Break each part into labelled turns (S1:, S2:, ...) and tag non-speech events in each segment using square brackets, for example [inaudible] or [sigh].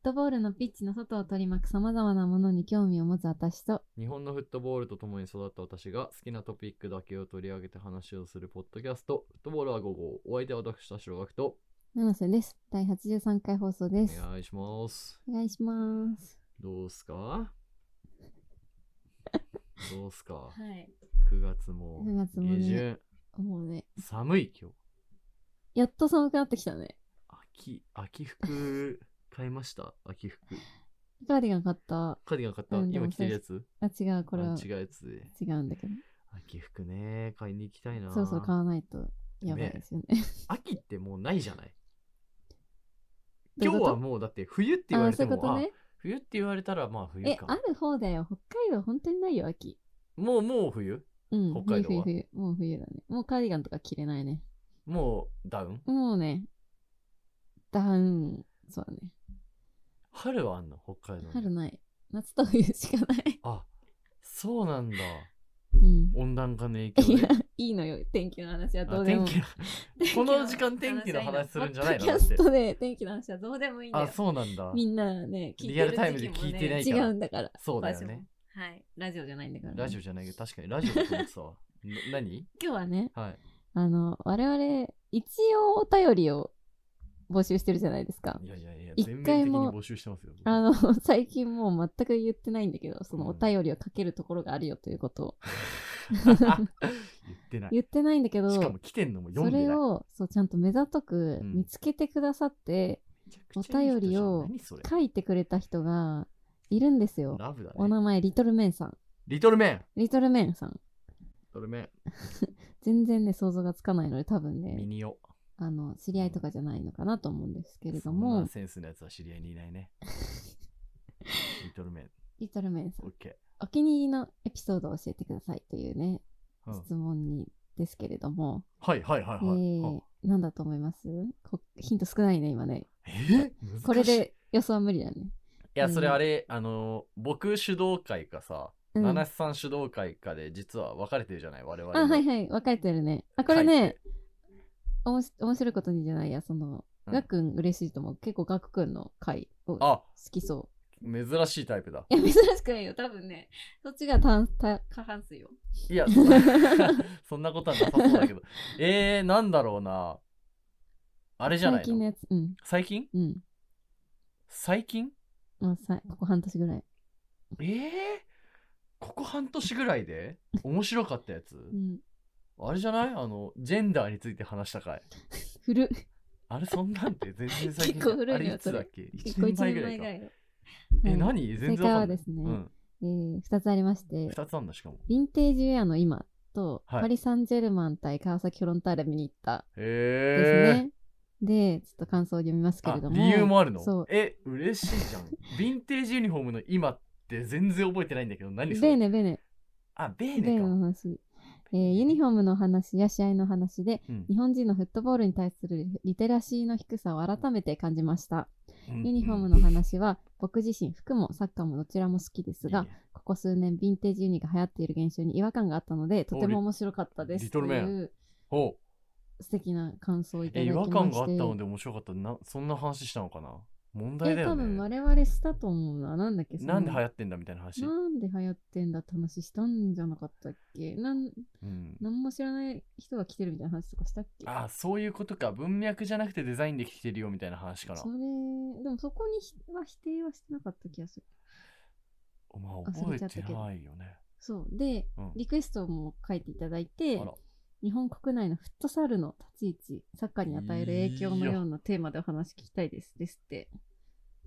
S1: ットボールのピッチの外を取り巻く様々なものに興味を持つ私と、
S2: 日本のフットボールと共に育った私が好きなトピックだけを取り上げて話をするポッドキャスト、フットボールは午後、お相手は私、田代学と、
S1: 七瀬です。第83回放送で
S2: お
S1: す。
S2: 願いします。
S1: お願いします。
S2: どうすかどうすか
S1: はい。
S2: ?9 月も
S1: 9月も
S2: 下
S1: ね、
S2: 旬、
S1: もうね、
S2: 寒い今日。
S1: やっと寒くなってきたね。
S2: 秋、秋服買いました秋服。
S1: カーディガン買った。
S2: カーディガン買った、
S1: うんでも
S2: 今着てるやつ
S1: あ、違う、これ
S2: あ
S1: は
S2: 違うやつで。
S1: 違うんだけど。
S2: 秋服ね、買いに行きたいな。
S1: そうそう、買わないとやばいですよね。
S2: 秋ってもうないじゃない
S1: どういう
S2: 今
S1: こ
S2: 日
S1: と
S2: はもうだって冬って言わ
S1: あ、
S2: れ
S1: そ
S2: て
S1: ういう
S2: も
S1: ことね。
S2: あ冬って言われたらまあ冬
S1: え、
S2: か
S1: ある方だよ。北海道本当にないよ、秋。
S2: もうもう冬
S1: うん、
S2: 北海道
S1: 冬冬
S2: は
S1: 冬。もう冬だね。もうカーディガンとか着れないね。
S2: もうダウン
S1: もうね、ダウン、そうだね。
S2: 春はあんの北海道に
S1: 春ない。夏と冬しかない。
S2: あそうなんだ
S1: うん。
S2: 温暖化の影
S1: い
S2: 響
S1: や
S2: で、
S1: いいのよ。天気の話はど
S2: あ
S1: うでも
S2: 天気のこの時間天気の話するんじゃないの
S1: ポッドキャストで天気の話はどうでもいいんだ
S2: あ
S1: よ。
S2: そうなんだ
S1: みんなね、聞いてる
S2: リアルタイムで聞いてない
S1: 時
S2: か
S1: 期もね
S2: ら
S1: 違うんだから。
S2: そうだよね
S1: 私も。はい。ラジオじゃないんだからね、
S2: ラジオじゃないけど確かにラジオだと思ってたわな何
S1: 今日はね、
S2: はい
S1: あの、我々、一応お便りを募集してるじゃないですか
S2: い。やいやいや
S1: 一
S2: 全面
S1: 回
S2: 的に
S1: も
S2: 募集してますよ僕
S1: あの、 [laughs] 最近もう全く言ってないんだけど、その
S2: うん
S1: お便りをかけるところがあるよということを
S2: 言ってない
S1: 言ってないんだけど、
S2: しかも来てんのも読
S1: そ
S2: んで
S1: れ
S2: ない
S1: をそうちゃんと目ざとく
S2: うん
S1: 見つけてくださって、
S2: めちゃくちゃいい人じゃん
S1: お便りを
S2: 何それ
S1: 書いてくれた人がいるんですよ。
S2: ラブだ
S1: お
S2: ね。
S1: 名前、リトルメンさん。
S2: リトルメンリ
S1: リトルメンさん。
S2: トルメン。
S1: 全然ね、想像がつかないので、多分
S2: ミ
S1: ね、
S2: ニオ。
S1: あの、知り合いとかじゃないのかなと思うんですけれど
S2: そん
S1: も
S2: な、センスのやつは知り合いにいな
S1: [laughs]
S2: いね。リトルメン。
S1: リトルメンさ
S2: オ
S1: ん
S2: ッ、ケ
S1: お気に入りのエピソードを教えてくださいというね、
S2: ー。うん
S1: 質問にですけれども、
S2: はいはいはいはい。
S1: えー、なんだと思いますこヒント少ないね、今ね。
S2: あえー
S1: これ。
S2: 難し
S1: で予想は無理だね。
S2: いや、それあれ、あのー、僕主導会かさ、
S1: うん
S2: 七瀬さん主導会かで実は分かれてるじゃない、我々の。
S1: あ、はいはい、分かれてるね。あ、これ
S2: 書い
S1: ね
S2: て、。
S1: おもし面白いことにじゃないや、その、
S2: うん
S1: がっくん嬉しいと思う。結構がっくんの回を好
S2: あ、
S1: きそ
S2: 珍しいタイプだ。
S1: う。いや、珍しくないよ。多分ね、そっちが単単過半数よ。[laughs]
S2: いや、そんな [laughs] そんなことはなさそうだけど。えー、なんだろうな。あれじゃな
S1: 最
S2: い
S1: 近の
S2: の
S1: やつ、うん、
S2: 最近
S1: うん。
S2: 最近
S1: まあ、さここ半年ぐらい。
S2: えー、ここ半年ぐらいで面白かったやつ
S1: うん。 [laughs]
S2: あれじゃないあのジェンダーについて話した回
S1: 古っ。
S2: あれそんなんて全然最
S1: [laughs]
S2: 近
S1: 結構古いよ
S2: あれいつ
S1: それ
S2: だっけ
S1: 結構
S2: 1年
S1: 1年
S2: 前ぐら
S1: 前
S2: い
S1: ぐ
S2: から
S1: いの。
S2: え
S1: はい
S2: 何全
S1: 正
S2: 然わ
S1: 解
S2: か
S1: は
S2: ん
S1: で
S2: ない、
S1: すね、
S2: うん、
S1: えー、2つありまして、
S2: 2つあんだしかも
S1: ヴィンテージウェアの今と、
S2: はい
S1: パリ・サンジェルマン対川崎フロンターレ見に行ったです
S2: へえ
S1: ね。で、ちょっと感想を読みますけ
S2: あ
S1: れども。
S2: 理由もあるの
S1: そう。
S2: え嬉しい
S1: [laughs]
S2: じゃんヴィンテージユニフォームの今って全然覚えてないんだけど何
S1: ベ
S2: それ
S1: ーネ、ベーネ。
S2: あベー
S1: ベ
S2: ネ
S1: ーの
S2: か
S1: 話、えーユニフォームの話や試合の話で
S2: うん
S1: 日本人のフットボールに対するリテラシーの低さを改めて感じました
S2: うん
S1: ユニフォームの話は僕自身服もサッカーもどちらも好きです
S2: い
S1: が
S2: いね
S1: ここ数年ヴィンテージユニが流行っている現象に違和感があったのでとても面白かったです
S2: リトルメン
S1: という
S2: ほう
S1: 素敵な感想をいた
S2: え
S1: だき
S2: 違
S1: まし
S2: 和
S1: て
S2: 感があったので面白かったなそんな話したのかな問題だ
S1: え多
S2: よ
S1: 分
S2: ね
S1: 我々したと思うななんだっけその
S2: なんで流行ってんだみたいな話、
S1: なんで流行ってんだって話したんじゃなかったっけなん
S2: うん、
S1: 何も知らない人が来てるみたいな話とかしたっけ
S2: あそういうことか文脈じゃなくてデザインできてるよみたいな話かな
S1: それでもそこにひは否定はしてなかった気がする
S2: お前
S1: 忘れちゃった
S2: 覚え
S1: けど
S2: てないよね、
S1: そうで
S2: うん、
S1: リクエストも書いていただいて
S2: あら
S1: 日本国内のフットサルの立ち位置サッカーに与える影響のようなテーマでお話聞きたいですですって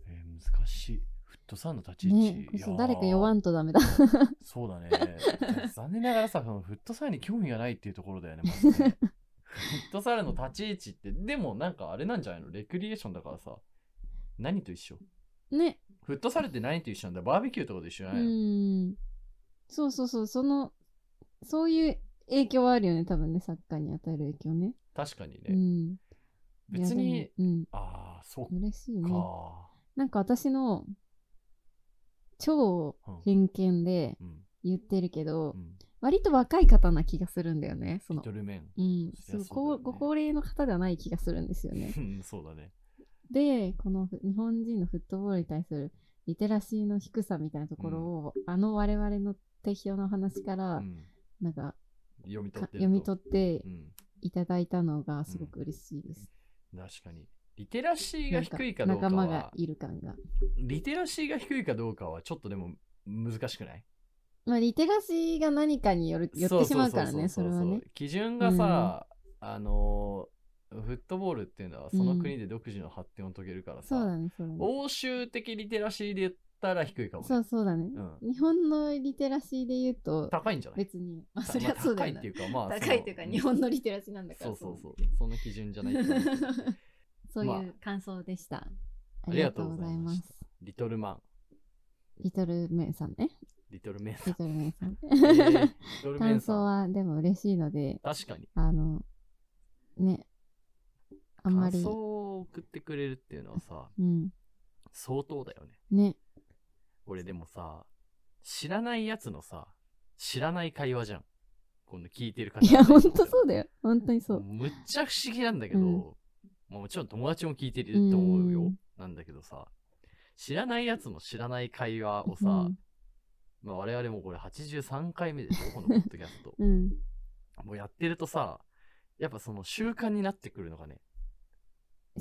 S2: えー難しいフットサルの立ち位置、
S1: ねこ
S2: い
S1: れ
S2: や
S1: そう
S2: ー
S1: 誰か弱んとダメだ
S2: そうだね [laughs] 残念ながらさそのフットサルに興味がないっていうところだよね,、まず
S1: [laughs]
S2: ねフットサルの立ち位置ってでもなんかあれなんじゃないのレクリエーションだからさ何と一緒
S1: ね
S2: フットサルって何と一緒なんだバーベキューとかと一緒じ
S1: う
S2: ゃないの、
S1: ーんそうそうそうそのそういう影響はあるよね多分ねサッカーに与える影響ね
S2: 確かにね、
S1: うんいや
S2: 別に
S1: でも
S2: ああそっ
S1: うん嬉しいね
S2: か、
S1: なんか私の超
S2: うん
S1: 偏見で、
S2: うん
S1: 言ってるけど、
S2: うん、
S1: 割と若い方な気がするんだよね。そ
S2: リ
S1: の
S2: トルメン
S1: うん、
S2: そり
S1: そ
S2: ゃ
S1: う
S2: そうだよね [laughs]。
S1: ごご高齢の方ではない気がするんですよね
S2: うんそうだね
S1: で、この日本人のフットボールに対するリテラシーの低さみたいなところを、あの我々の提供の話から、
S2: うん
S1: なんか
S2: 読み取
S1: か
S2: ってると
S1: 読み取って
S2: うん
S1: いただいたのがすごく嬉しいです。
S2: 確かにリテラシ
S1: な
S2: ーが
S1: んか
S2: 低いかどうか
S1: 仲間が
S2: はい
S1: る感が。
S2: リテラシーが低いかどうかはちょっとでも難しくない
S1: まあ、リテラシーが何かによる寄ってしまうからね、それはね。
S2: 基準がさ、あのーフットボールっていうのはその国で独自の発展を遂げるからさ、
S1: そうだね、そうだね。
S2: 欧州的リテラシーで言ったら低いかもね、
S1: そうそうだね。
S2: うん、
S1: 日本のリテラシーで言うと、
S2: 高いんじゃない
S1: 別に、まあ、
S2: た
S1: それはそうだ
S2: 高
S1: よ
S2: いっ
S1: な
S2: ていうかまあその
S1: 高いというか、日本のリテラシーなんだから。
S2: そうそうそうそんな基準じゃないけど
S1: [laughs] そう
S2: まあ
S1: いう感想でした。
S2: あ
S1: あ
S2: り
S1: り
S2: が
S1: が
S2: と
S1: と
S2: う
S1: う
S2: ご
S1: ご
S2: ざ
S1: ざ
S2: い
S1: い
S2: ま
S1: ますす。
S2: リトルマン
S1: リトルメンさんね。
S2: リトルメンさ
S1: リ
S2: ん
S1: トルメンさん。
S2: えーリトルメン
S1: 感
S2: さ
S1: 想
S2: ん
S1: はでも嬉しいので、
S2: 確かに
S1: あの、ね、あんま
S2: 感
S1: り
S2: 想、を送ってくれるっていうのはさ
S1: うん、
S2: 相当だよね
S1: ね、
S2: 俺でもさ知らないやつのさ知らない会話じゃんこの [laughs] 聞いてる方
S1: いや、ほんとそうだよ。ほんとにそう。
S2: むっちゃ不思議なんだけど、
S1: うん
S2: まあもちろん友達も聞いてると思うよ、
S1: うん
S2: なんだけどさ知らないやつの知らない会話をさ、
S1: うん
S2: まあ、我々もこれ83回目でしょこのポッドキ
S1: [laughs]
S2: ャスト
S1: うん。
S2: もうやってるとさやっぱその習慣になってくるのがね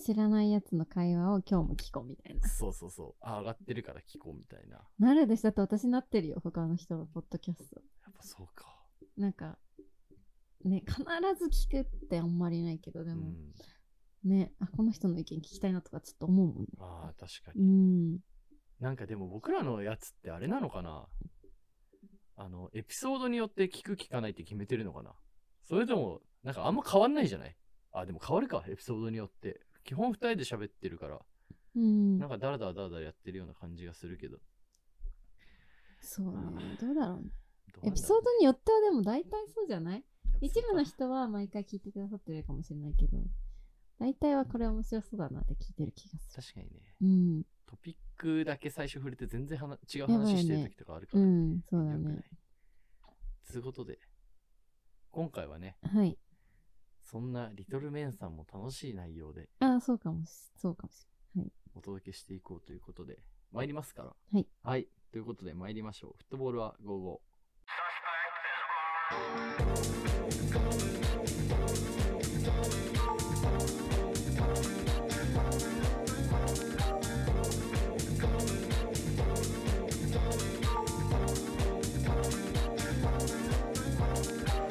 S1: 知らないやつの会話を今日も聞こうみたいな。
S2: そうそうそうあ上がってるから聞こうみたいなや
S1: なるでしょだって私なってるよ、他の人のポッドキャスト。
S2: っぱそうか
S1: なんか、ね、必ず聞くってあんまりないけど、
S2: う
S1: でも、
S2: ん
S1: ね、あ、この人の意見聞きたいなとかちょっと思うもんね。
S2: あー確か
S1: う
S2: に
S1: ん。
S2: なんかでも僕らのやつってあれなのかなあのエピソードによって聞く聞かないって決めてるのかなそれともなんかあんま変わんないじゃないあでも変わるかエピソードによって基本2人で喋ってるから
S1: うん
S2: なん。かダラダラダラダラやってるような感じがするけど
S1: そう
S2: ま
S1: ね。どうだろうね。
S2: どうなんだろう
S1: エピソードによってはでも大体そうじゃない
S2: やっぱ
S1: 一部の
S2: そうか
S1: 人は毎回聞いてくださってるかもしれないけど、大体はこれ面白そうだなって聞いてる気がする。
S2: 確かにね
S1: うん。
S2: トピックだけ最初触れて全然はな違う
S1: やばい
S2: 話
S1: ね
S2: してる時とかあるか
S1: う
S2: ら、
S1: ん、そうだ
S2: よくない
S1: ね。
S2: つうことで今回はね
S1: はい。
S2: そんなリトルメンさんも楽しい内容で
S1: ああ、そうかもし、そうかもし
S2: お届けしていこうということで、参りますから。
S1: はい。
S2: ということで参りましょう。フットボールは55。
S1: れない。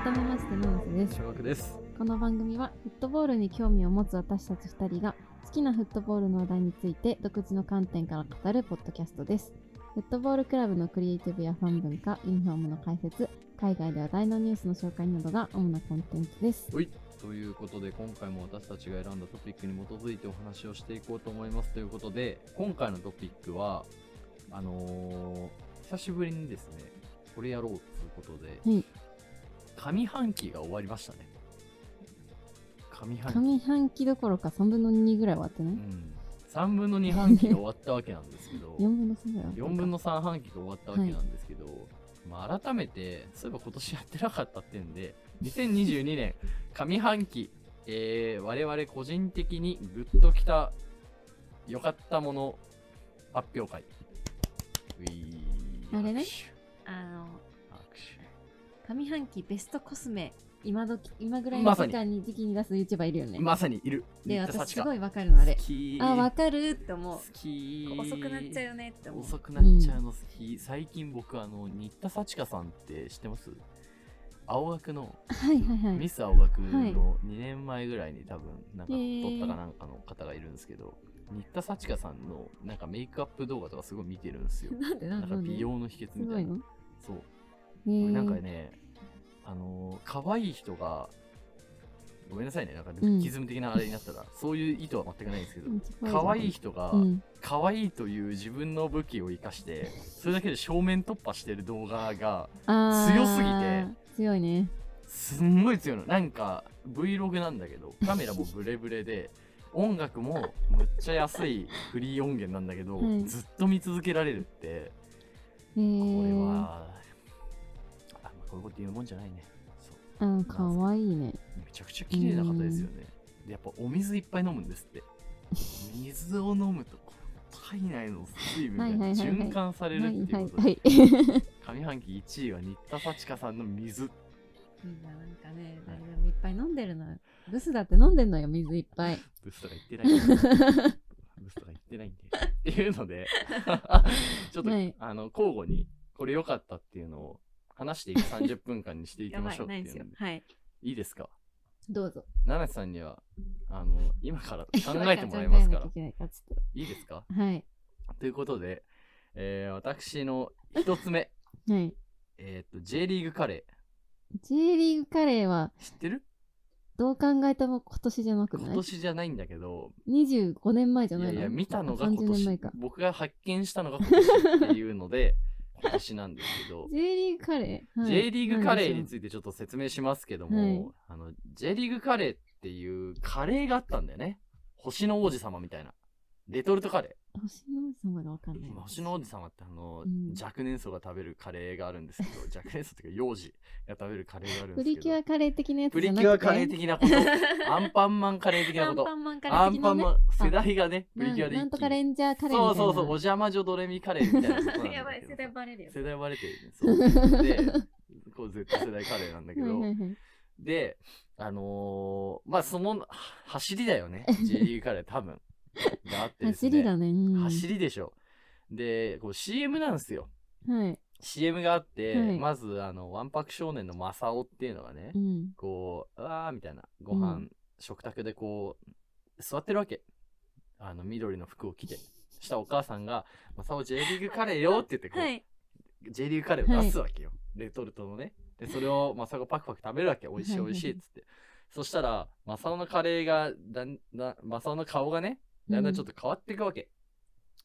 S1: 改めまして、七瀬です。
S2: 小学です。
S1: この番組はフットボールに興味を持つ私たち2人が好きなフットボールの話題について独自の観点から語るポッドキャストです。フットボールクラブのクリエイティブやファン文化、ユニフォームの解説、海外で話題のニュースの紹介などが主なコンテンツです。
S2: はい。ということで、今回も私たちが選んだトピックに基づいてお話をしていこうと思います。ということで、今回のトピックは、あのー久しぶりにですね、これやろうということで、
S1: はい
S2: 上半期が終わりましたね。上半期。
S1: 上半期どころか3分の2ぐらい終わってな
S2: う
S1: い
S2: ん。3分の2半期が終わったわけなんですけど
S1: [laughs] ?4 分の3ぐらい終わ
S2: 4
S1: った
S2: 分の3半期が終わったわけなんですけど、まあ、改めてそういえば今年やってなかったってんで2022年上半期、えー我々個人的にグッときた良かったもの発表会ういー
S1: あれね
S2: 握手
S1: あの、
S2: 握
S1: 上半期ベストコスメ、今時今ぐ
S2: らいのまさに時
S1: に時期に出す YouTuber いるよ
S2: 手
S1: ね
S2: まさにいる
S1: いわかる
S2: 好き
S1: かるって思
S2: 好き
S1: よねって
S2: 遅くなっちゃうの好き、最近僕あの新田幸香さんって知ってます青学の
S1: はいはいはい。
S2: ミス青学
S1: はい
S2: の2年前ぐらいに多分なんか
S1: へー
S2: 撮ったかなんかの方がいるんですけど、新田幸香さんのなんかメイクアップ動画とかすごい見てるんですよ。
S1: なんでな
S2: なんん
S1: で
S2: か美容の秘訣
S1: す
S2: み
S1: ご
S2: た
S1: い
S2: いな。
S1: の
S2: そう。
S1: え
S2: これ
S1: ー
S2: なんかね、あのー可愛い人が、ごめんなさいね、なんかルッキズム的なあれになったら、そういう意図は全くないんですけど、可愛い人が
S1: うん
S2: 可愛いという自分の武器を生かして、それだけで正面突破してる動画が、
S1: あー
S2: 強すぎ
S1: 強いね
S2: すんごい強いのなんか Vlog なんだけどカメラもブレブレで音楽もむっちゃ安いフリー音源なんだけど、
S1: はい
S2: ずっと見続けられるって
S1: え
S2: これ
S1: ー、
S2: は、あこういうこと言うもんじゃないねそう
S1: あの可愛いね
S2: めちゃくちゃ綺麗な方ですよね、でやっぱお水いっぱい飲むんですって水を飲むとこう体内の水分が
S1: はいはいはいはい
S2: 循環され
S1: は
S2: るっ
S1: い
S2: てい
S1: は
S2: う
S1: い
S2: こと
S1: は
S2: で [laughs]
S1: い。
S2: 上半期1位は新田幸香さんの水
S1: みんななんかね、誰でもいっぱい飲んでるのよ。ブスだって飲んでんのよ、水いっぱい。
S2: ブスとか言ってないん
S1: [laughs]
S2: だよブスとか言ってないんだよっていうのでちょっと、
S1: はい
S2: あの交互にこれ良かったっていうのを話していく30分間にしていき
S1: や
S2: ま
S1: ば
S2: しょう
S1: い、ない
S2: ってい
S1: です
S2: う
S1: よ
S2: ので。
S1: はい。
S2: いいですか
S1: どうぞ。
S2: 七瀬さんにはあの今から考えてもらいます
S1: 考
S2: から
S1: えなきゃいけないからちょっ
S2: いいですか
S1: とはい。
S2: ということで、えー私の一つ目 [laughs]
S1: はい。
S2: えーっと J リーグカレ
S1: J リーグカレーは、
S2: ー知ってる
S1: どう考えても今年じゃなく
S2: 今
S1: ない
S2: 年じゃないんだけど
S1: ?25 年前
S2: い
S1: じゃな
S2: や
S1: いの
S2: いや見たのが今
S1: 30年前
S2: 年
S1: か。
S2: 僕が発見したのが今年っていうので [laughs] 今年なんですけど
S1: J リーグカレー、はい
S2: J リーグカレーに
S1: い
S2: ついてちょっと説明しますけども、
S1: はい
S2: あの J リーグカレーっていうカレーがあったんだよね星の王子様みたいなレトルトカレー
S1: 星の王子様がわかんない。
S2: 星の王子様ってあの、
S1: うん
S2: 若年層が食べるカレーがあるんです
S1: [laughs]
S2: けど若年層っていうか幼児が食べるカレーがあるん
S1: プ
S2: で
S1: リ
S2: すけど
S1: キュアカレー的なやつ
S2: プ
S1: じゃ
S2: リ
S1: な
S2: キ
S1: くて
S2: ュアカレー的なことアンパンマンカレー的な
S1: ア
S2: こ
S1: ン
S2: と
S1: パンマンカレ
S2: ア
S1: ー
S2: ン
S1: 的
S2: パ
S1: な、
S2: ン
S1: ね。
S2: マン世代がねプリキュアで
S1: な
S2: 一
S1: んと
S2: 気
S1: かレ
S2: に
S1: ンジャーカレーみたいな。
S2: そうそうそうお邪魔女ドレミカレーみたいなことなんだけ
S1: [laughs]
S2: ど
S1: やばい、世代バレるよ。
S2: 世代バレてるねそうで
S1: [laughs]
S2: こう Z 世代カレーなんだけ
S1: はい
S2: ど
S1: はいはい
S2: であのーまあそのは走りだ
S1: [laughs]
S2: よね J リーグカレー多分があってです
S1: 走
S2: ね
S1: りだね。うん
S2: 走りでしょでこう CM なんですよ
S1: はい。
S2: CM があって、
S1: はい
S2: まずあのわんぱく少年のマサオっていうのがね、
S1: うん。
S2: こううわーみたいなご飯、
S1: うん
S2: 食卓でこう座ってるわけあの緑の服を着てしたお母さんが「マサオ J リーグカレーよ」って言ってこう、
S1: はい。
S2: J リーグカレーを出すわけよ、レトルトのねでそれをマサオがパクパク食べるわけ美味し
S1: はい
S2: い美
S1: はい
S2: 味しいっつって、そしたらマサオのカレーがだんだんマサオの顔がねだんだんちょっと変わっていくわけ。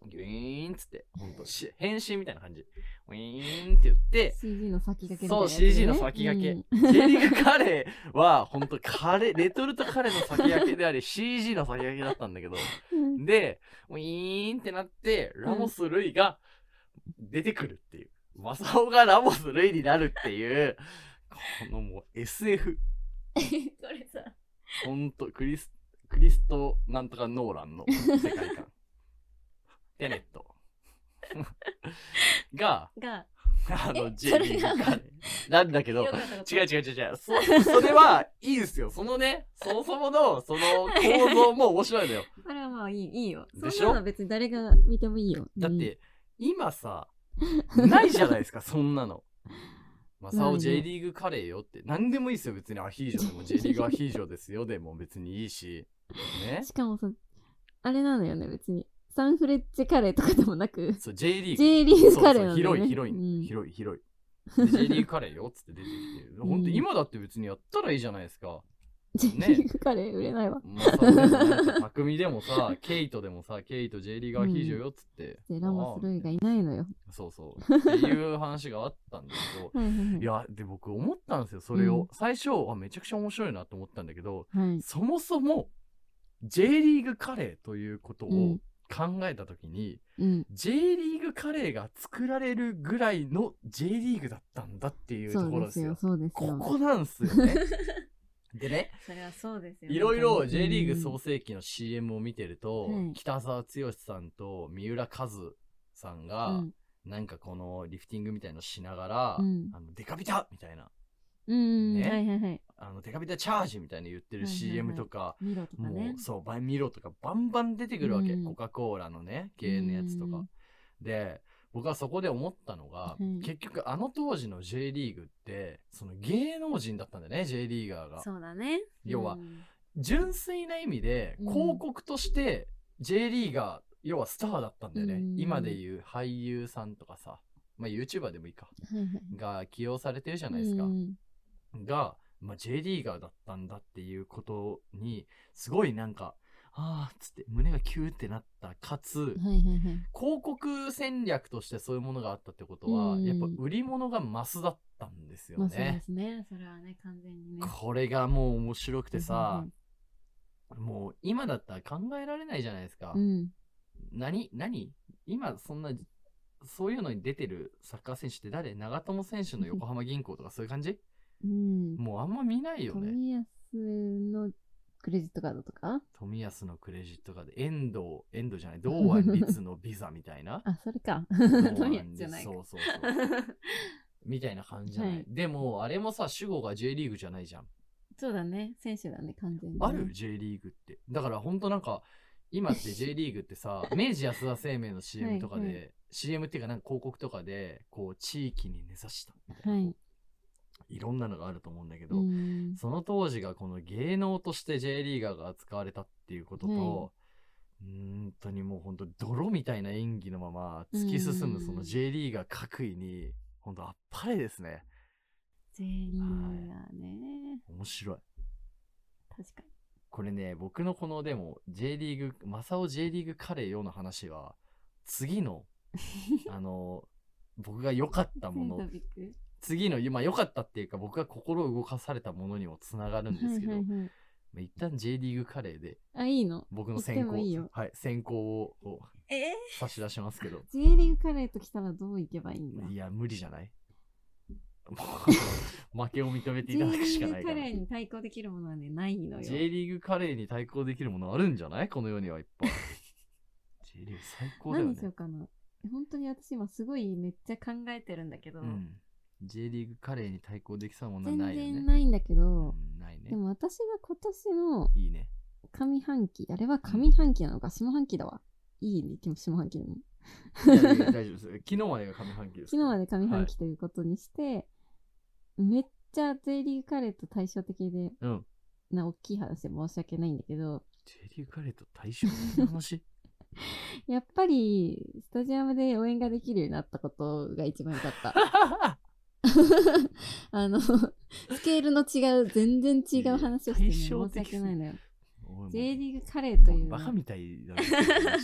S2: ギュイーンっつって、ほんとし変身みたいな感じ。ウィーンって言って、
S1: CG の先駆けみたいな
S2: そう、
S1: やつね
S2: CG の先駆け。
S1: うん
S2: J リーグカレーは、本当カレー、レトルトカレーの先駆けであり、CG の先駆けだったんだけど、
S1: [laughs] うん
S2: で、ウィーンってなって、ラモス・ルイが出てくるっていう。マサオがラモス・ルイになるっていう、このもう SF、
S1: これさ、
S2: ほんと、クリス、クリストなんとかノーランの世
S1: [laughs]
S2: 界観。テネット。 [laughs] が、
S1: が、
S2: あの、
S1: そ
S2: J
S1: れ
S2: リーグ
S1: が
S2: カレー。なんだけど
S1: よ、かったこと
S2: 違う違う違う違う。そそれはいいですよ。そのね、そもそもの、その構造も面白いのよ。
S1: これはまあいいいいよ。
S2: でし
S1: そ
S2: ょ
S1: んなのは別に誰が見てもいいよ。
S2: だっ
S1: うん、
S2: て、
S1: [laughs]
S2: 今さ、ないじゃないですか、そんなの。マサ
S1: ない
S2: オ
S1: ね
S2: J リーグカレーよって。何でもいいですよ、別にアヒージョで
S1: [laughs]
S2: も J リーグアヒージョですよでも別にいいし。
S1: [laughs]
S2: ね。
S1: しかもさ、あれなのよね、別に。サンフレッチェカレーとかでもなく、
S2: そう、J リーグ。
S1: J リーグカレー
S2: そうそ
S1: な
S2: う
S1: んだよ
S2: 広
S1: ね。
S2: い広い、
S1: うん
S2: 広い
S1: [laughs]
S2: 広い。で J リーグカレーよっつって出てきて。
S1: ん
S2: 本当今だって別にやったらいいじゃないですか。ね
S1: J リーグカレー売れないわ。
S2: まあ、そうでもなんか匠で
S1: [laughs]
S2: もさ、ケイトでもさ、ケイト J リーガーヒージョよっつって。
S1: で、ラモス・ルイが
S2: あ
S1: いないのよ。。
S2: あそうそう。っていう話があったんだけど
S1: はいはいはい
S2: いや、で、僕思ったんですよ、それ
S1: う
S2: を。
S1: ん
S2: 最初、あ、めちゃくちゃ面白いなと思ったんだけど、
S1: はい。
S2: そもそも、J リーグカレーということ
S1: う
S2: を
S1: ん
S2: 考えたときに、
S1: うん。
S2: J リーグカレーが作られるぐらいの J リーグだったんだっていうと
S1: そ
S2: こ
S1: う
S2: ろ
S1: で
S2: ですすよ
S1: よ、。そうです
S2: こ
S1: よ。
S2: こなんですよ
S1: [laughs]
S2: ね。でね、
S1: それはそうですよ
S2: いろいろ J リーグ創
S1: そう
S2: 世記の CM を見てる
S1: は
S2: と、
S1: い
S2: 北澤剛さんと三浦和さん
S1: う
S2: が、
S1: ん
S2: なんかこのリフティングみたいのしながら、
S1: うん
S2: あのデカビタみたいな、
S1: うん、
S2: ね
S1: はいはいはい。
S2: あのデカビタチャージみたいに言ってる
S1: はいはいはい
S2: CM とか、
S1: ミロとかね
S2: もう。そう、バイミロとかバンバン出てくるわけ。
S1: うん
S2: コカ・コーラのね、系のやつとか。
S1: うん
S2: で、僕はそこで思ったのが、
S1: はい
S2: 結局あの当時の J リーグって、その芸能人だったんだよね、J リーガーが。
S1: そうだね。
S2: 要は
S1: うん
S2: 純粋な意味で
S1: うん
S2: 広告として J リーガー、要はスターだったんだよね、
S1: うん
S2: 今でいう俳優さんとかさ、まあ、YouTuber でもいいか
S1: はいはい
S2: が起用されてるじゃないですか、
S1: うん
S2: が、まあ、J リーガーだったんだっていうことにすごいなんかあーっつって胸がキューってなったかつ
S1: はいはいはい。
S2: 広告戦略としてそういうものがあったってことは、
S1: うん
S2: やっぱ売り物がマスだったんですよ
S1: まあそうで
S2: ね。
S1: すね。それはね、完全にね。
S2: これがもう面白くてさ、
S1: うん
S2: もう今だったら考えられないじゃないですか。
S1: うん。
S2: 何何今そんな、そういうのに出てるサッカー選手って誰長友選手の横浜銀行とかそういう感じ
S1: うん。
S2: もうあんま見ないよね。
S1: 富安のクレジットカードとか。
S2: 富安のクレジットカード、遠藤、遠藤じゃない、堂安律のビザみたいな
S1: [laughs] あそれか
S2: 堂
S1: 富
S2: 安
S1: 安
S2: 律
S1: じゃないか
S2: そうそうそう。みたいな感じじゃない。
S1: はい
S2: でも、あれもさ、主語が J リーグじゃないじゃん。
S1: そうだね選手だね完全にね
S2: ある ?J リーグって。だから、ほんとなんか、今って J リーグっ
S1: [laughs]
S2: てさ、明治安田生命の CM とかで、
S1: はいは
S2: CM っていうか、なんか広告とかで、こう、地域に根ざしたみたいな、
S1: はい
S2: いろんなのがあると思うんだけ
S1: う
S2: ど、
S1: ん
S2: その当時がこの芸能として J リーガーが扱われたっていうことと、うん、本当にもう本当泥みたいな演技のまま突き進むそうの
S1: ん
S2: J リーガー各位に、本当あっぱれですね。
S1: 全員がね
S2: 面白い。
S1: 確か
S2: これね、僕のこのでも J リーグ、マサオ J リーグカレーよの話は、次
S1: [laughs]
S2: の、あの、僕が良かった
S1: に
S2: も
S1: ト [laughs]
S2: の、
S1: ピック
S2: 次の、まあ良かったっていうか僕が心を動かされたものにもつながるんですけど、
S1: はいはいはい
S2: まあ一旦 J リーグカレーで
S1: あいいの
S2: 僕の先
S1: 行っ
S2: 行
S1: てもいいよ
S2: はい、先行をこう
S1: えー、
S2: 差し出します
S1: [laughs]
S2: けど
S1: J リーグカレーときたらどういけばいいんだ
S2: いや無理じゃない
S1: [laughs]
S2: もう負けを認めて
S1: J
S2: い
S1: リ
S2: ただくしか
S1: ー
S2: ない
S1: グ
S2: か
S1: カ
S2: ら
S1: レーに対抗できるものはねないのよ
S2: J リーグカレーに対抗できるものあるんじゃないこの世にはいっぱい J リーグ最高だよ
S1: 何しよ
S2: ね
S1: う、かな本当に私今すごいめっちゃ考えてるんだけど、
S2: うん、J リーグカレーに対抗できそうなものは
S1: 全
S2: ないよね
S1: 然ないんだけど、
S2: うんないね
S1: でも私が今年の
S2: いいね
S1: 上半期あれは上半期なのか下半期だわいいね今日下半期でも
S2: いやいや大丈
S1: [laughs]
S2: 夫です昨日までが上半期です
S1: 昨日まで上半
S2: は
S1: 期ということにして、めっちゃ J リーグカレーと対照的で
S2: いうん
S1: な大きい話で申し訳ないんだけど
S2: J リーグカレーと対照的
S1: [laughs]
S2: な話
S1: やっぱりスタジアムで応援ができるようになったことが一番良かった
S2: [laughs]
S1: あのスケールの違う全然違う話をして、ね、
S2: い
S1: 申
S2: や対
S1: し
S2: 照的すぎ
S1: 訳ないのよ
S2: おいもう
S1: J リーグカレーという
S2: バカ
S1: の
S2: みたいだね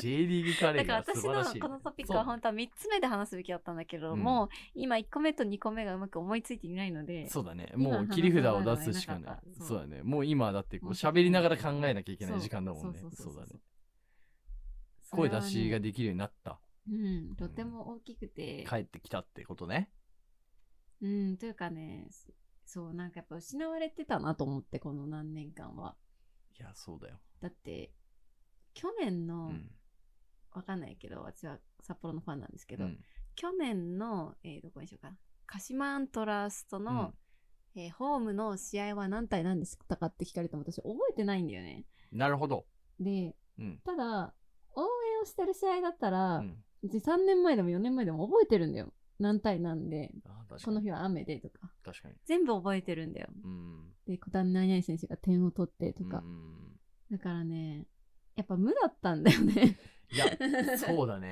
S2: J リーグカレ
S3: だ
S2: ー
S3: から
S2: が
S3: 私
S2: 素晴
S3: の
S2: らしいね。
S3: このトピックは本当は3つ目で話すべきだったんだけれども、今1個目と2個目がうまく思いついていないので
S2: そうだね。
S1: 今
S2: もう切り札を出すしかな
S1: 話さない
S2: い
S1: のはなかっ。たそう
S2: そうだね。もう今だってこう喋りながら考えなきゃいけな
S1: そ
S2: いう時間だもんね
S1: そう。そ
S2: そう
S1: そうそ
S2: う
S1: う
S2: だね。
S1: それ
S2: 声
S1: はね
S2: 出しができるようになった。
S1: うんとても大きくて、
S2: 帰ってきたってことね。
S1: うんというかねそうなんかやっぱ失われてたなと思ってこの何年間はい
S2: や、そうだよ。
S1: だって去年の、
S2: うん。
S1: わかんないけど私は札幌のファンなんですけ
S2: う
S1: ど、
S2: ん
S1: 去年の、えーどこにしようかな鹿島アントラースと
S2: うん
S1: の、えーホームの試合は何対何でしたかって聞かれても私覚えてないんだよね
S2: なるほど。
S1: で
S2: うん。
S1: ただ応援をしてる試合だったら、
S2: うん
S1: 別に3年前でも4年前でも覚えてるんだよ何対何で
S2: あ確か
S1: この
S2: に。
S1: 日は雨でとか
S2: 確かに。
S3: 全部覚えてるんだよ。
S2: うん。
S1: で小谷何々選手が点を取ってとか
S2: う、ん
S1: だからねやっぱ無だったんだよね、
S2: いや、 [laughs] そうだ
S1: う [laughs]
S2: ね。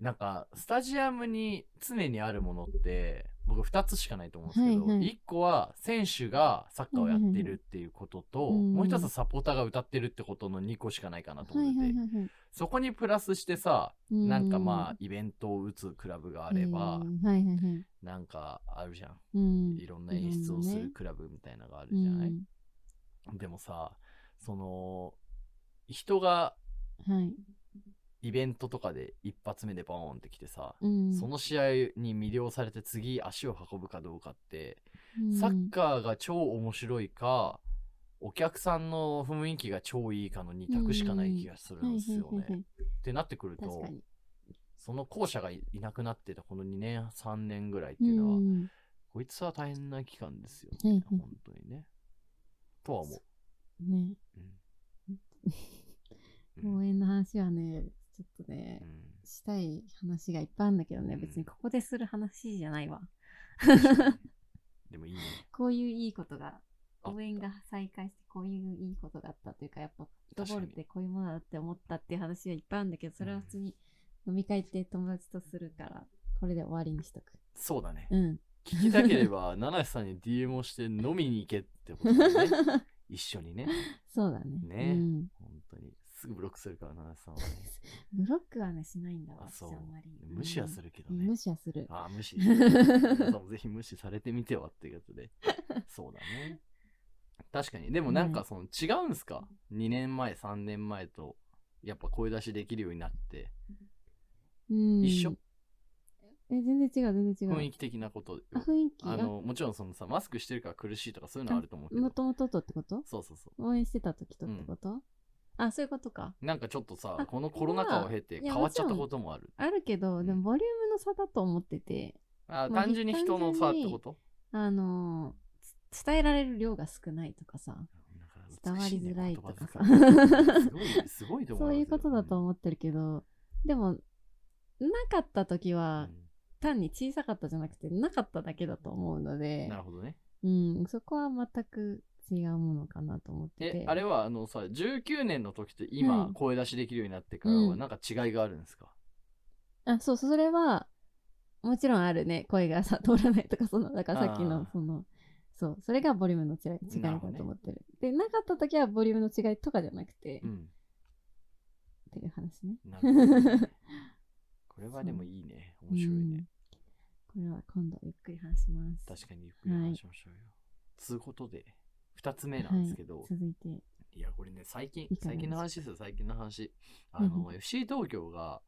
S1: ん
S2: なんか、スタジアムに常にあるものって、僕2つしかないと思うんですけど、
S1: はいはい
S2: 1個は選手がサッカーをやってるっていうことと、
S1: うんうんうん
S2: もう1つはサポーターが歌ってるってことの2個しかないかなと
S1: は
S2: 思っ
S1: い
S2: てて、
S1: はいはいはい
S2: そこにプラスしてさ、
S1: う
S2: なんかまあ、イベントを打つクラブがあれば
S1: う、んはいはいはい
S2: なんかあるじゃん。
S1: うん
S2: いろんな演出をするクラブみたいなのがあるじゃない、でもさ、その、人が
S1: うんはい
S2: イベントとかで一発目でバーンって来てさ、
S1: うん、
S2: その試合に魅了されて次足を運ぶかどうかって、
S1: うん
S2: サッカーが超面白いかお客さんの雰囲気が超いいかの2択しかない気がするんですよ
S1: はいはいはいは
S2: ね
S1: い。
S2: ってなってくる
S1: 確
S2: と
S1: かに。
S2: その校舎がいいなくなってたこの2年3年ぐらいって
S1: う
S2: いうのは、
S1: ん、
S2: こいつは大変な期間ですよ
S1: はいは
S2: ね
S1: い、
S2: 本当にね。とは思う。
S1: ね、
S2: うん
S1: 応援の話はね、ちょっとね
S2: う、ん
S1: したい話がいっぱいあるんだけどね、
S2: うん
S1: 別にここでする話じゃないわ。
S2: でもいいね。
S1: こういういいことが、
S2: あった
S1: 応援が再開して、こういういいことがあったというか、やっぱ、フットボールっ
S2: 確か
S1: てこういうものだって思ったっていう話はいっぱいあるんだけど、それは普通に飲み会って友達とするから、これで終わりにしとく。
S2: そうだね。
S1: うん。
S2: [laughs] 聞きたければ、七瀬さんに DM をして飲みに行けってことだ
S1: [laughs]
S2: ね。一緒にね。
S1: そうだね。
S2: ね
S1: うん。
S2: 本当に。すぐブロックするから、七瀬
S1: [laughs]
S2: さんはね。
S1: ブロックはね、しないんだわ、
S2: あ
S1: 私あ
S2: そうん
S1: まり。
S2: 無視はす
S1: る
S2: るけど
S1: うん
S2: ね。
S1: 無視はする。
S2: あ無視。 [laughs] 皆さんもぜひ無視されてみてはっていうことで。そうだね。確かに。でもなんかその違うんすか、?2 年前、3年前と、やっぱ声出しできるようになって。
S1: うん
S2: 一緒
S1: え、全然違う、全然違う。
S2: 雰囲気的なことよ
S1: [laughs] あ、雰囲気。
S2: あ
S1: あ、
S2: のもちろんそのさマスクしてるから苦しいとかそういうのはあると思うけ
S1: も
S2: ど
S1: ともととってこと
S2: そうそうそ
S1: 応援してた時とってこと、あ、そういうことか。
S2: うなんかちょっとさ
S1: あ
S2: このコロナ禍を経て
S1: いや
S2: 変わっちゃったこともある
S1: あるけど、でもボリュームの差だと思ってて、
S2: あ
S1: まあ
S2: 単純に人の差
S1: 単
S2: っ
S1: 純
S2: て
S1: に
S2: こと
S1: あのーつ伝えられる量が少ないとかさ、伝わりづらいとかさ [laughs]
S2: すごいすごいと思
S1: そういうことだと
S2: う
S1: 思ってるけど、でも、なかった時
S2: ま
S1: は
S2: すよ、
S1: 単に小さかったじゃなくて、なかっただけだと思うの
S2: うん
S1: で
S2: な、るほどね
S1: うん、そこは全く違うものかなと思って
S2: え
S1: て。
S2: あれはあのさ19年の時と今、
S1: うん
S2: 声出しできるようになってからは
S1: うん
S2: なんか違いがあるんですか、
S1: あそうそうそれはもちろんあるね声がさ通らないとかそ
S2: [laughs]
S1: のだからさっき
S2: あ
S1: の
S2: ー
S1: そのそうそれがボリュームの違い違い
S2: な
S1: だ
S2: る
S1: と
S2: ほどね
S1: 思ってるでなかった時はボリュームの違いとかじゃなくて、
S2: う
S1: っ
S2: ん
S1: ていう話ね
S2: なるほど [laughs] ねこれはでもいいね面白いね、
S1: うんこれは今度ゆっくり話します
S2: 確かにゆっくり話しましょうよ、つうことで2つ目な
S1: は
S2: ん
S1: い
S2: ですけど、
S1: 続いて
S2: いや、これね、最近
S1: い、かがで
S2: 最
S1: しょう
S2: 近の話ですよ、最近の話。あ
S1: うん
S2: の、FC 東京が、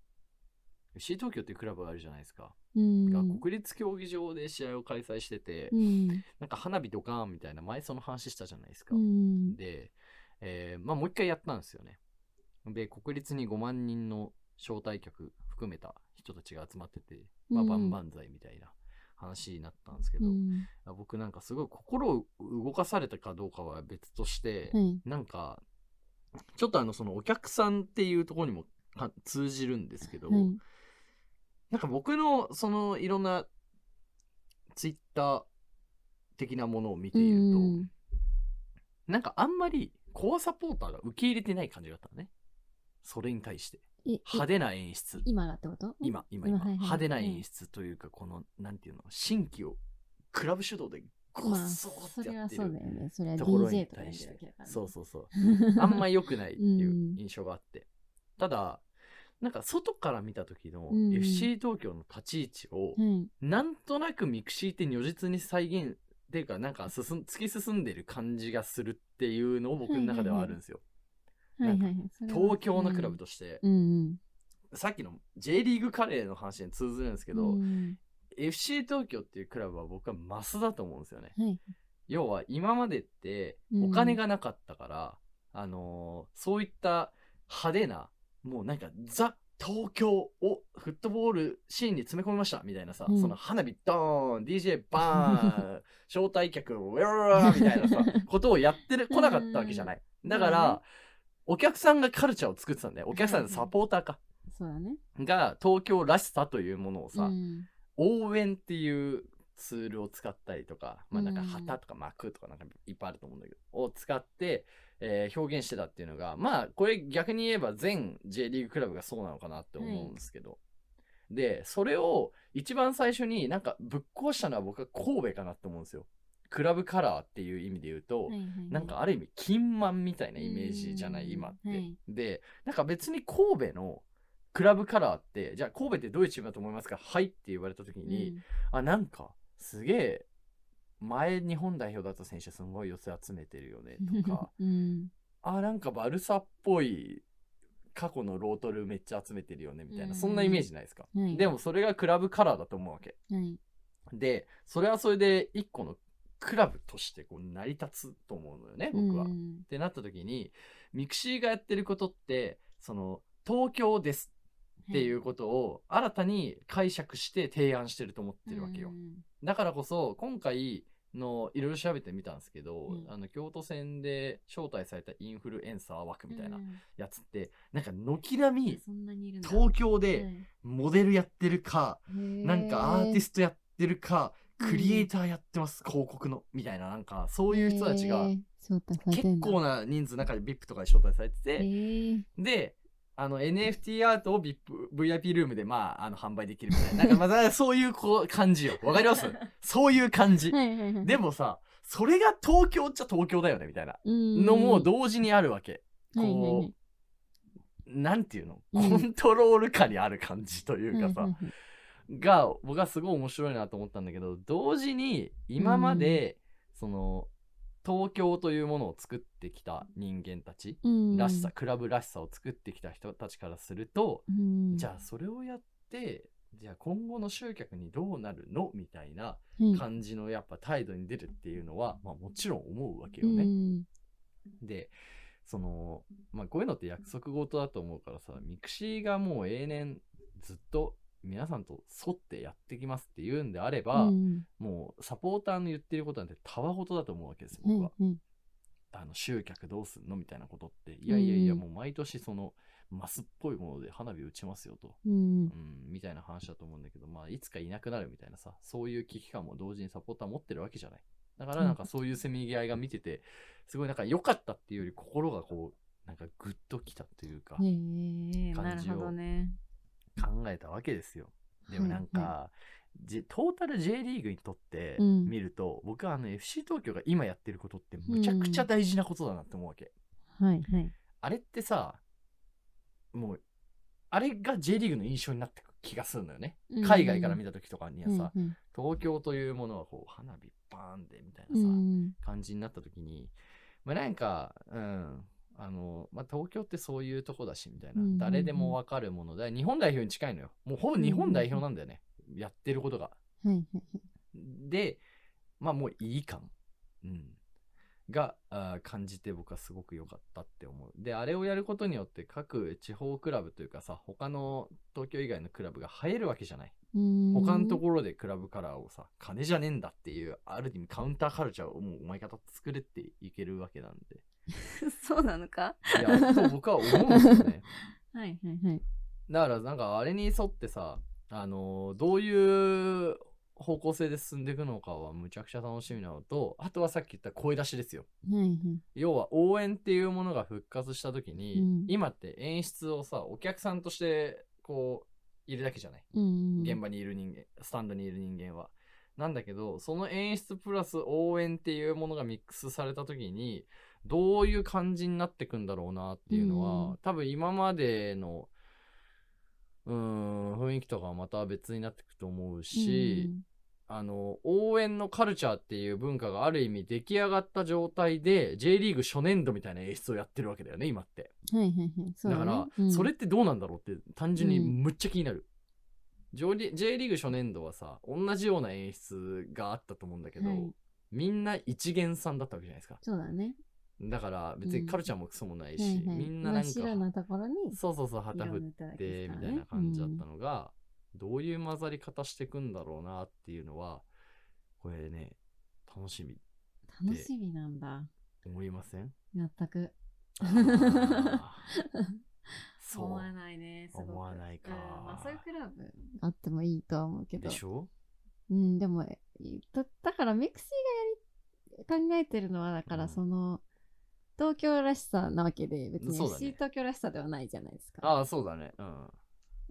S2: FC 東京っていうクラブがあるじゃないですか。
S1: うん
S2: が国立競技場で試合を開催してて、
S1: うん
S2: なんか花火ドカーンみたいな、前その話したじゃないですか。
S1: うん
S2: で、えーまあもう一回やったんですよね。で、国立に5万人の招待客含めた人たちが集まってて、まあ
S1: うん
S2: 万々歳みたいな話になったんですけ
S1: う
S2: ど、
S1: ん
S2: 僕なんかすごい心を動かされたかどうかは別として、
S1: はい
S2: なんか、ちょっとあの、そのお客さんっていうところにもか通じるんですけど、
S1: はい
S2: なんか僕のそのいろんなツイッター的なものを見ていると、
S1: うん
S2: なんかあんまりコアサポーターが受け入れてない感じがあったのね。それに対して。
S1: ええ
S2: 派手な演出。
S1: 今がってこと
S2: 今、今、今。
S1: はいはい
S2: 派手な演出というか、この、なんていうの、新規をクラブ主導でごっ
S1: まあ
S2: そー
S1: そ
S2: って
S1: れ
S2: や
S1: は
S2: って
S1: そうだよ
S2: る
S1: ねそれは
S2: ところ
S1: DJ
S2: に
S1: とか
S2: 対
S1: に
S2: して。そ
S1: そうう
S2: そうそう。あんま良くないってい
S1: うん
S2: う印象があって。ただ、なんか外から見た時の
S1: うん
S2: FC 東京の立ち位置
S1: [laughs] は
S2: を、
S1: い
S2: なんとなくミクシーって如実に再現っていうか、なんか進ん突き進んでる感じがするっていうのを僕の中ではあるんですよ。
S1: はいはいはいそれは
S2: 東京のクラブとして、
S1: うんうん
S2: さっきの J リーグカレーの話に通ずるんですけど、
S1: うん
S2: FC 東京っていうクラブは僕はマスだと思うんですよね。
S1: はい
S2: 要は今までって
S1: うん
S2: お金がなかったから、あのーそういった派手なもうなんかザ東京をフットボールシーンに詰め込みましたみたいなさ、
S1: うん
S2: その花火ドーン DJ バーン招待客ウェーみたいなさことをやってる来なかったわけじゃないだから、
S1: うん
S2: お客さんがカルチャーを作ってたんだよお客さんのサポーターか
S1: そうだね。
S2: が東京らしさというものをさ、
S1: うん
S2: 応援っていうツールを使ったりとか、まあ、なんか
S1: うん
S2: 旗とか幕とかなんかいっぱいあると思うんだけど、を使って、えー表現してたっていうのがまあこれ逆に言えば全 J リーグクラブがそうなのかなって思うんですけど、でそれを一番最初になんかぶっ壊したのは僕は神戸かなって思うんですよ。クラブカラーっていう意味で言うと、
S1: はいはいはい
S2: なんかある意味金満みたいなイメージじゃな
S1: うん
S2: い今って。
S1: はい、
S2: でなんか別に神戸のクラブカラーってじゃあ神戸ってどういうチームだと思いますかはいって言われた時に、あなんかすげえ前日本代表だった選手すごい寄せ集めてるよねとか
S1: [laughs] うん
S2: あなんかバルサっぽい過去のロートルめっちゃ集めてるよねみたい
S1: う
S2: な、
S1: ん
S2: そんなイメージないですか、
S1: はい
S2: でもそれがクラブカラーだと思うわけ
S1: はい
S2: でそれはそれで一個のクラブとしてこう成り立つと思うのよね僕は、
S1: う
S2: っ
S1: ん
S2: てなった時にミクシーがやってることってその東京ですっていうことを新たに解釈して提案してると思ってるわけよ。
S1: うん
S2: だからこそ今回のいろいろ調べてみたんですけど、
S1: うん
S2: あの京都戦で招待されたインフルエンサー枠みたいな
S1: うん
S2: やつって、なんか軒並み
S1: そんなにいるんだ
S2: 東京でモデルやってるか、なんかアーティ
S1: ス
S2: ストやってるか、
S1: うん
S2: クリエイターやってます広告のみたいななんかそう
S1: ト
S2: いう人たちが結構
S1: な
S2: な人数の中で VIP とかで招待されてて、
S1: へえ
S2: で、あの NFT アートを VIP, VIP ルームでまああの販売できるみたいな。なんかまあそういうこう感じよ。わかりますそういう感じ。
S1: はいはいはい
S2: でもさ、それが東京っちゃ東京だよねみたいな
S1: うん
S2: のも同時にあるわけ。
S1: はいはいはい
S2: こう、なんていうの
S1: うん
S2: コントロール下にある感じというか
S1: は
S2: さ
S1: い、はいはい
S2: が僕はすごい面白いなと思ったんだけど、同時に今までその東京というものを作ってきた人間たち
S1: うん
S2: らしさ、クラブらしさを作ってきた人たちからすると、
S1: うん
S2: じゃあそれをやってじゃあ今後の集客にどうなるのみたいな
S1: はい
S2: 感じのやっぱ態度に出るっていうのは、まあ、もちろん思うわけ
S1: う
S2: よね。
S1: ん
S2: でその、まあ、こういうのって約束事だと思うからさミクシーがもう永年ずっと皆さんと沿ってやってきますっていうんであれば、
S1: うん
S2: もうサポーターの言ってることなんてたわごとだと思うわけです
S1: うん
S2: 僕は。
S1: うん
S2: あの集客どうすんのみたいなことっていやいやいや
S1: うん
S2: もう毎年そのマスっぽいもので花火打ちますよと。
S1: うん
S2: うん、みたいな話だと思うんだけど、まあ、いつかいなくなるみたいなさ、そういう危機感も同時にサポーター持ってるわけじゃない。だから、なんかそういうせめぎ合いが見てて、すごいなんか良かったっていうより、心がこう、なんかグッときたというか、
S1: へ
S2: 考
S1: え
S3: な
S2: 感
S3: る
S2: じを
S3: ほどね。
S2: えたわけですよ。でもなんか、
S1: はい
S2: じトータル J リーグにとって
S1: うん
S2: 見ると、僕はあの FC 東京が今やってることってむちゃくちゃ大事なことだなって思うわけ。
S1: はいはい
S2: あれってさ、もう、あれが J リーグの印象になってく気がするのよね。海外から見
S1: た
S2: た時とかにはさ、
S1: うん
S2: 東京というものはこう花火バーンでみたいな
S1: う
S2: さ、
S1: ん
S2: 感じになった時に、まあ、なんか、うんあのまあ、東京ってそういうとこだしみたいな、
S1: うんうんうん
S2: 誰でもわかるものだ日本代表に近いのよもうほぼ日本代表なんだよね、やってることが
S1: はいはいはい
S2: でまあもういい感、うん、があー感じて僕はすごく良かったって思うであれをやることによって各地方クラブというかさ他の東京以外のクラブが入るわけじゃない
S1: うん
S2: 他の
S1: [laughs]
S2: ところでクラブカラーをさ金じゃねえんだっていうある意味カウンターカルチャーをもうお前方作れっていけるわけなんで
S3: そうなのか
S1: [laughs]
S2: いやと僕は思うんですよね
S3: はい。
S1: はいはい
S2: だからなんかあれに沿ってさあのーどういう方向性で進んでいくのかはむちゃくちゃ楽しみなのとあとはさっき言った声出しですよ
S1: はいはい
S2: 要は応援っていうものが復活した時に、
S1: うん
S2: 今って演出をさお客さんとしてこういるだけじゃない
S1: うん
S2: 現場にいる人間、スタンドにいる人間は。なんだけど、その演出プラス応援っていうものがミックスされた時に、どういう感じになってくんだろうなっていうのは、
S1: うん
S2: 多分今までの、うーん、雰囲気とかはまた別になってくと思うし、あの、応援のカルチャーっていう文化がある意味出来上がった状態で、J リーグ初年度みたいな演出をやってるわけだよね、今って。
S1: うんはいはいはいそう
S2: だ
S1: ね
S2: から、
S1: うん
S2: それってどうなんだろうって単純に
S1: うん
S2: むっちゃ気になる、上リ J リーグ初年度はさ同じような演出があったと思うんだけど、
S1: はい
S2: みんな一元さんだったわけじゃないですか
S1: そうだね
S2: だから別にカルチャーもクソもないし、
S1: はいはい
S2: みんななんか
S1: 真っ白なところに
S2: そうそうそう旗振っ
S3: いただ
S2: てみたいな感じだったのが、どういう混ざり方してくんだろうなっていうのはこれね楽しみ
S1: 楽しみなんだ
S2: 思いません
S1: [laughs] 全く
S2: あー
S1: [laughs]
S2: そう
S3: 思わないね。すごく
S2: 思わないか
S3: うんまあそういうクラブ。
S1: あってもいいとは思うけど
S2: でしょ
S1: うん、でも、えだだから、ミクシーがやり、考えてるのは、だか
S2: うん
S1: ら、その、東京らしさなわけで、別に
S2: そうだね
S1: FC 東京らしさではないじゃないですか。
S2: ああそうだねうん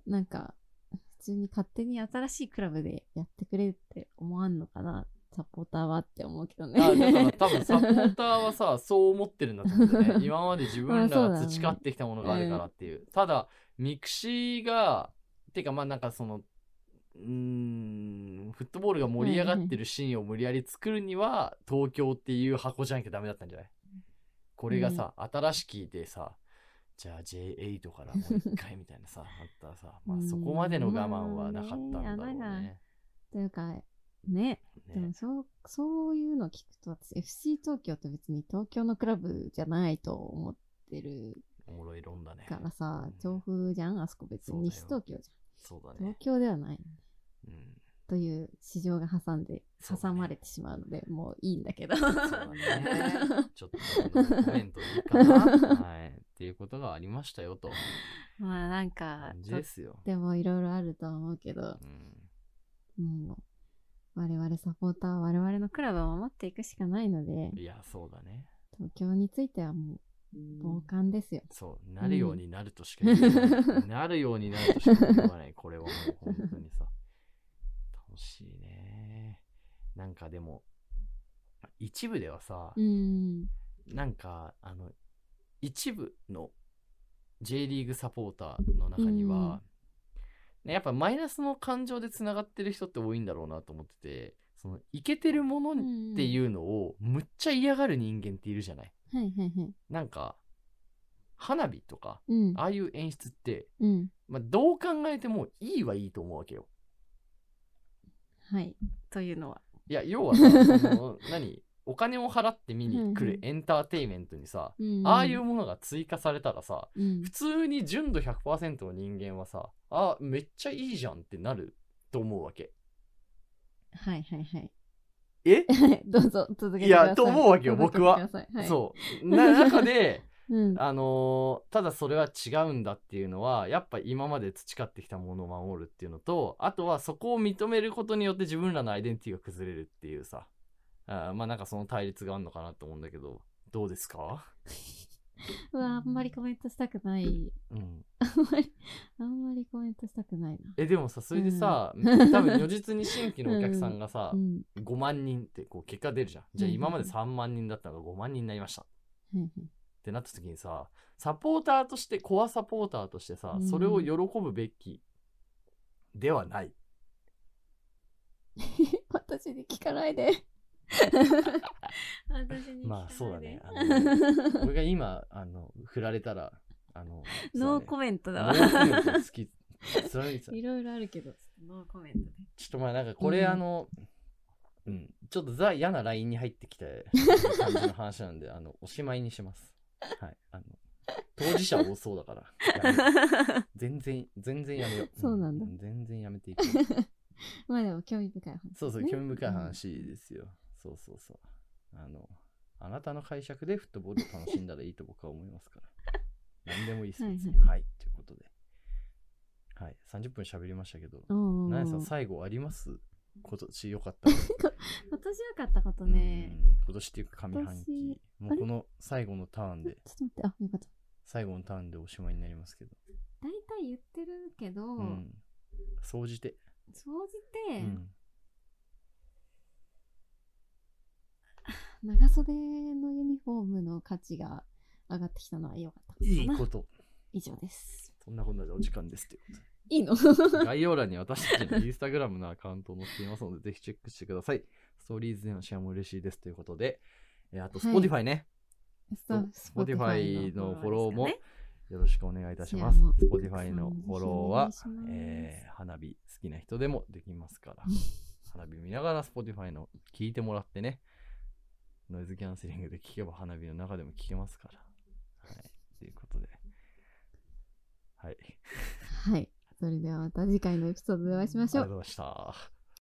S1: なんか、普通に勝手に新しいクラブでやってくれって思わんのかな、サポーターはって思うけどね。
S2: あだから多分サポーターはさ [laughs] そう思ってるんだと思うんだ
S1: [laughs]
S2: よね今まで自分ら
S1: まあそうだ
S2: が
S1: ね
S2: 培ってきたものがあるからっていう、ただミクシーがてかまあなんかそのうーんフットボールが盛り上がってるシーンを無理やり作るには東京っていう箱じゃなきゃダメだったんじゃないこれがさ、新しきでさじゃあ J8 からもう一回みたい
S1: [laughs]
S2: なさあったらさ、まあ、そこまでの我慢はなかったんだろうね。
S1: うんまあね [laughs] というか、ね、で
S2: ね
S1: もそう、そういうの聞くと、私、FC 東京って別に東京のクラブじゃないと思ってる
S2: おもろい論だね。
S1: からさ
S2: うん、
S1: 調布じゃん、あそこ別に西
S2: そうだよ
S1: 東京じ
S2: そうだ
S1: ゃん。
S2: ね
S1: 東。京ではない。
S2: うん
S1: という市場が挟んで
S2: そうだね
S1: 挟まれてしまうのでもういいんだけど [laughs]
S2: そうだ [laughs] ね。ちょっとコメントいいかな。はい。っていうことがありましたよと。
S3: まあなんか
S2: 感、じですよ。
S1: でもいろいろあるとは思うけど
S2: うん。
S1: もう我々サポーターは我々のクラブを守っていくしかないので
S2: いや、そうだね。
S1: 東京についてはもう傍観ですよ
S2: そう。なるようになるとしか言えない。なるようになるとしか言わない。これはもう本当にさ。楽しいね。なんかでも、一部ではさ、
S1: うん
S2: なんか、あの、一部の J リーグサポーターの中には、ねやっぱマイナスの感情でつながってる人って多いんだろうなと思ってて、その、イケてるものっていうのを、むっちゃ嫌がる人間っているじゃない。
S1: はいはいはい
S2: なんか、花火とか、
S1: うん
S2: ああいう演出って、
S1: うん
S2: まあ、どう考えてもいいはいいと思うわけよ。
S1: はい。
S3: というのは。
S2: いや要は
S1: [laughs]
S2: さその何お金を払って見に来るエンターテインメントにさ、
S1: うん
S2: ああいう、ものが追加されたらさ
S1: うん
S2: 普通に純度100%の人間はさあめっちゃいいじゃんってなると思うわけ。
S1: はいはいはい。 [laughs]
S2: え、
S1: どうぞ続けて
S2: い
S1: ください。
S2: やと思うわけよ僕は
S1: 続けてください。う。
S2: そうな中で [laughs]
S1: うん。
S2: あのーただそれは違うんだっていうのはやっぱ今まで培ってきたものを守るっていうのとあとはそこを認めることによって自分らのアイデンティティが崩れるっていうさあーまあなんかその対立があるのかなと思うんだけどどうですか、
S1: うわ、あんまりコメントしたくない。
S2: うん、
S1: あんまり、あんまりコメントしたくないな。
S2: えでもさそれでさ、
S1: ん
S2: 多分如実に新規のお客さんがさ
S1: [laughs] う、ん。
S2: 5万人ってこう結果出るじゃんじゃあ
S1: うん
S2: 今まで3万人だったのが5万人になりましたっ
S1: はいはい
S2: てなった時にさサポーターとしてコアサポーターとしてさ
S1: うん
S2: それを喜ぶべきではない
S1: 私に聞かないで。
S2: [laughs]
S3: 私に
S2: まあそうだね
S3: 聞か
S2: あ
S3: ないで
S1: [laughs]
S2: の俺が今あの振られたらあ [laughs] の
S3: ノーコ
S2: メン
S3: メント
S2: ト
S3: だわ。
S2: 好き貫いてた
S1: いろいろあるけど。
S3: ノーコメント
S2: [laughs]
S3: ね。
S2: ちょっとまあなんかこれ
S1: うん
S2: あの、うん、ちょっとザ嫌なラインに入ってきた感じの話なんで、 [laughs] あの、おしまいにします。はい。あの、当事者多そうだから。やめよう全然、全然やめよ [laughs] う。
S1: そうなんだ
S2: 全然やめていく。
S1: まあでも興味深い話。
S2: [laughs] そうそう、
S1: ね
S2: 興味深い話ですよ。そうそうそう。あの、あなたの解釈でフットボールを楽しんだらいいと僕は思いますから。何でもいいです。
S1: はいはい
S2: 別にはい。ということで。はい。30分喋りましたけど。
S1: おー
S2: 何さん、最後あります今年よかったら。
S1: 今年良かったことね。
S2: うん今年っていうか上半
S1: 今
S2: 期も
S1: あ
S2: う
S1: れ
S2: この最後のターンで
S1: ちょっと待って、あ、よかった。
S2: 最後のターンでおしまいになりますけど、
S1: 大体言ってるけど、
S2: うん、総じて、
S1: 総じ
S2: う
S1: て、
S2: ん、
S1: 長袖のユニフォームの価値が上がってきたのは良かったかな。
S2: いいこと
S1: 以上です。
S2: そんなこんなでお時間ですっていうこ
S1: いいの
S2: と概要欄に私たちのインスタグラムのアカウントを載っていますのでぜひチェックしてくださいストーリーズでのシェアも嬉しいですということでえーあと
S1: はい
S2: Spotify ね、
S1: スタ
S2: Spotify のフォローも
S3: そうです
S2: よろしくお願いいたします
S1: シェアも
S2: Spotify のフォローは
S1: たくさんお願いします
S2: えー花火好きな人でもできま
S1: [laughs]
S2: すから花火見ながら Spotify の聞いてもらってねノイズキャンセリングで聞けば花火の中でも聞けますからはいということではいあり
S1: はい。それではまた次回のエピソードでお会いしましょ
S2: が
S1: う
S2: とうござい。ました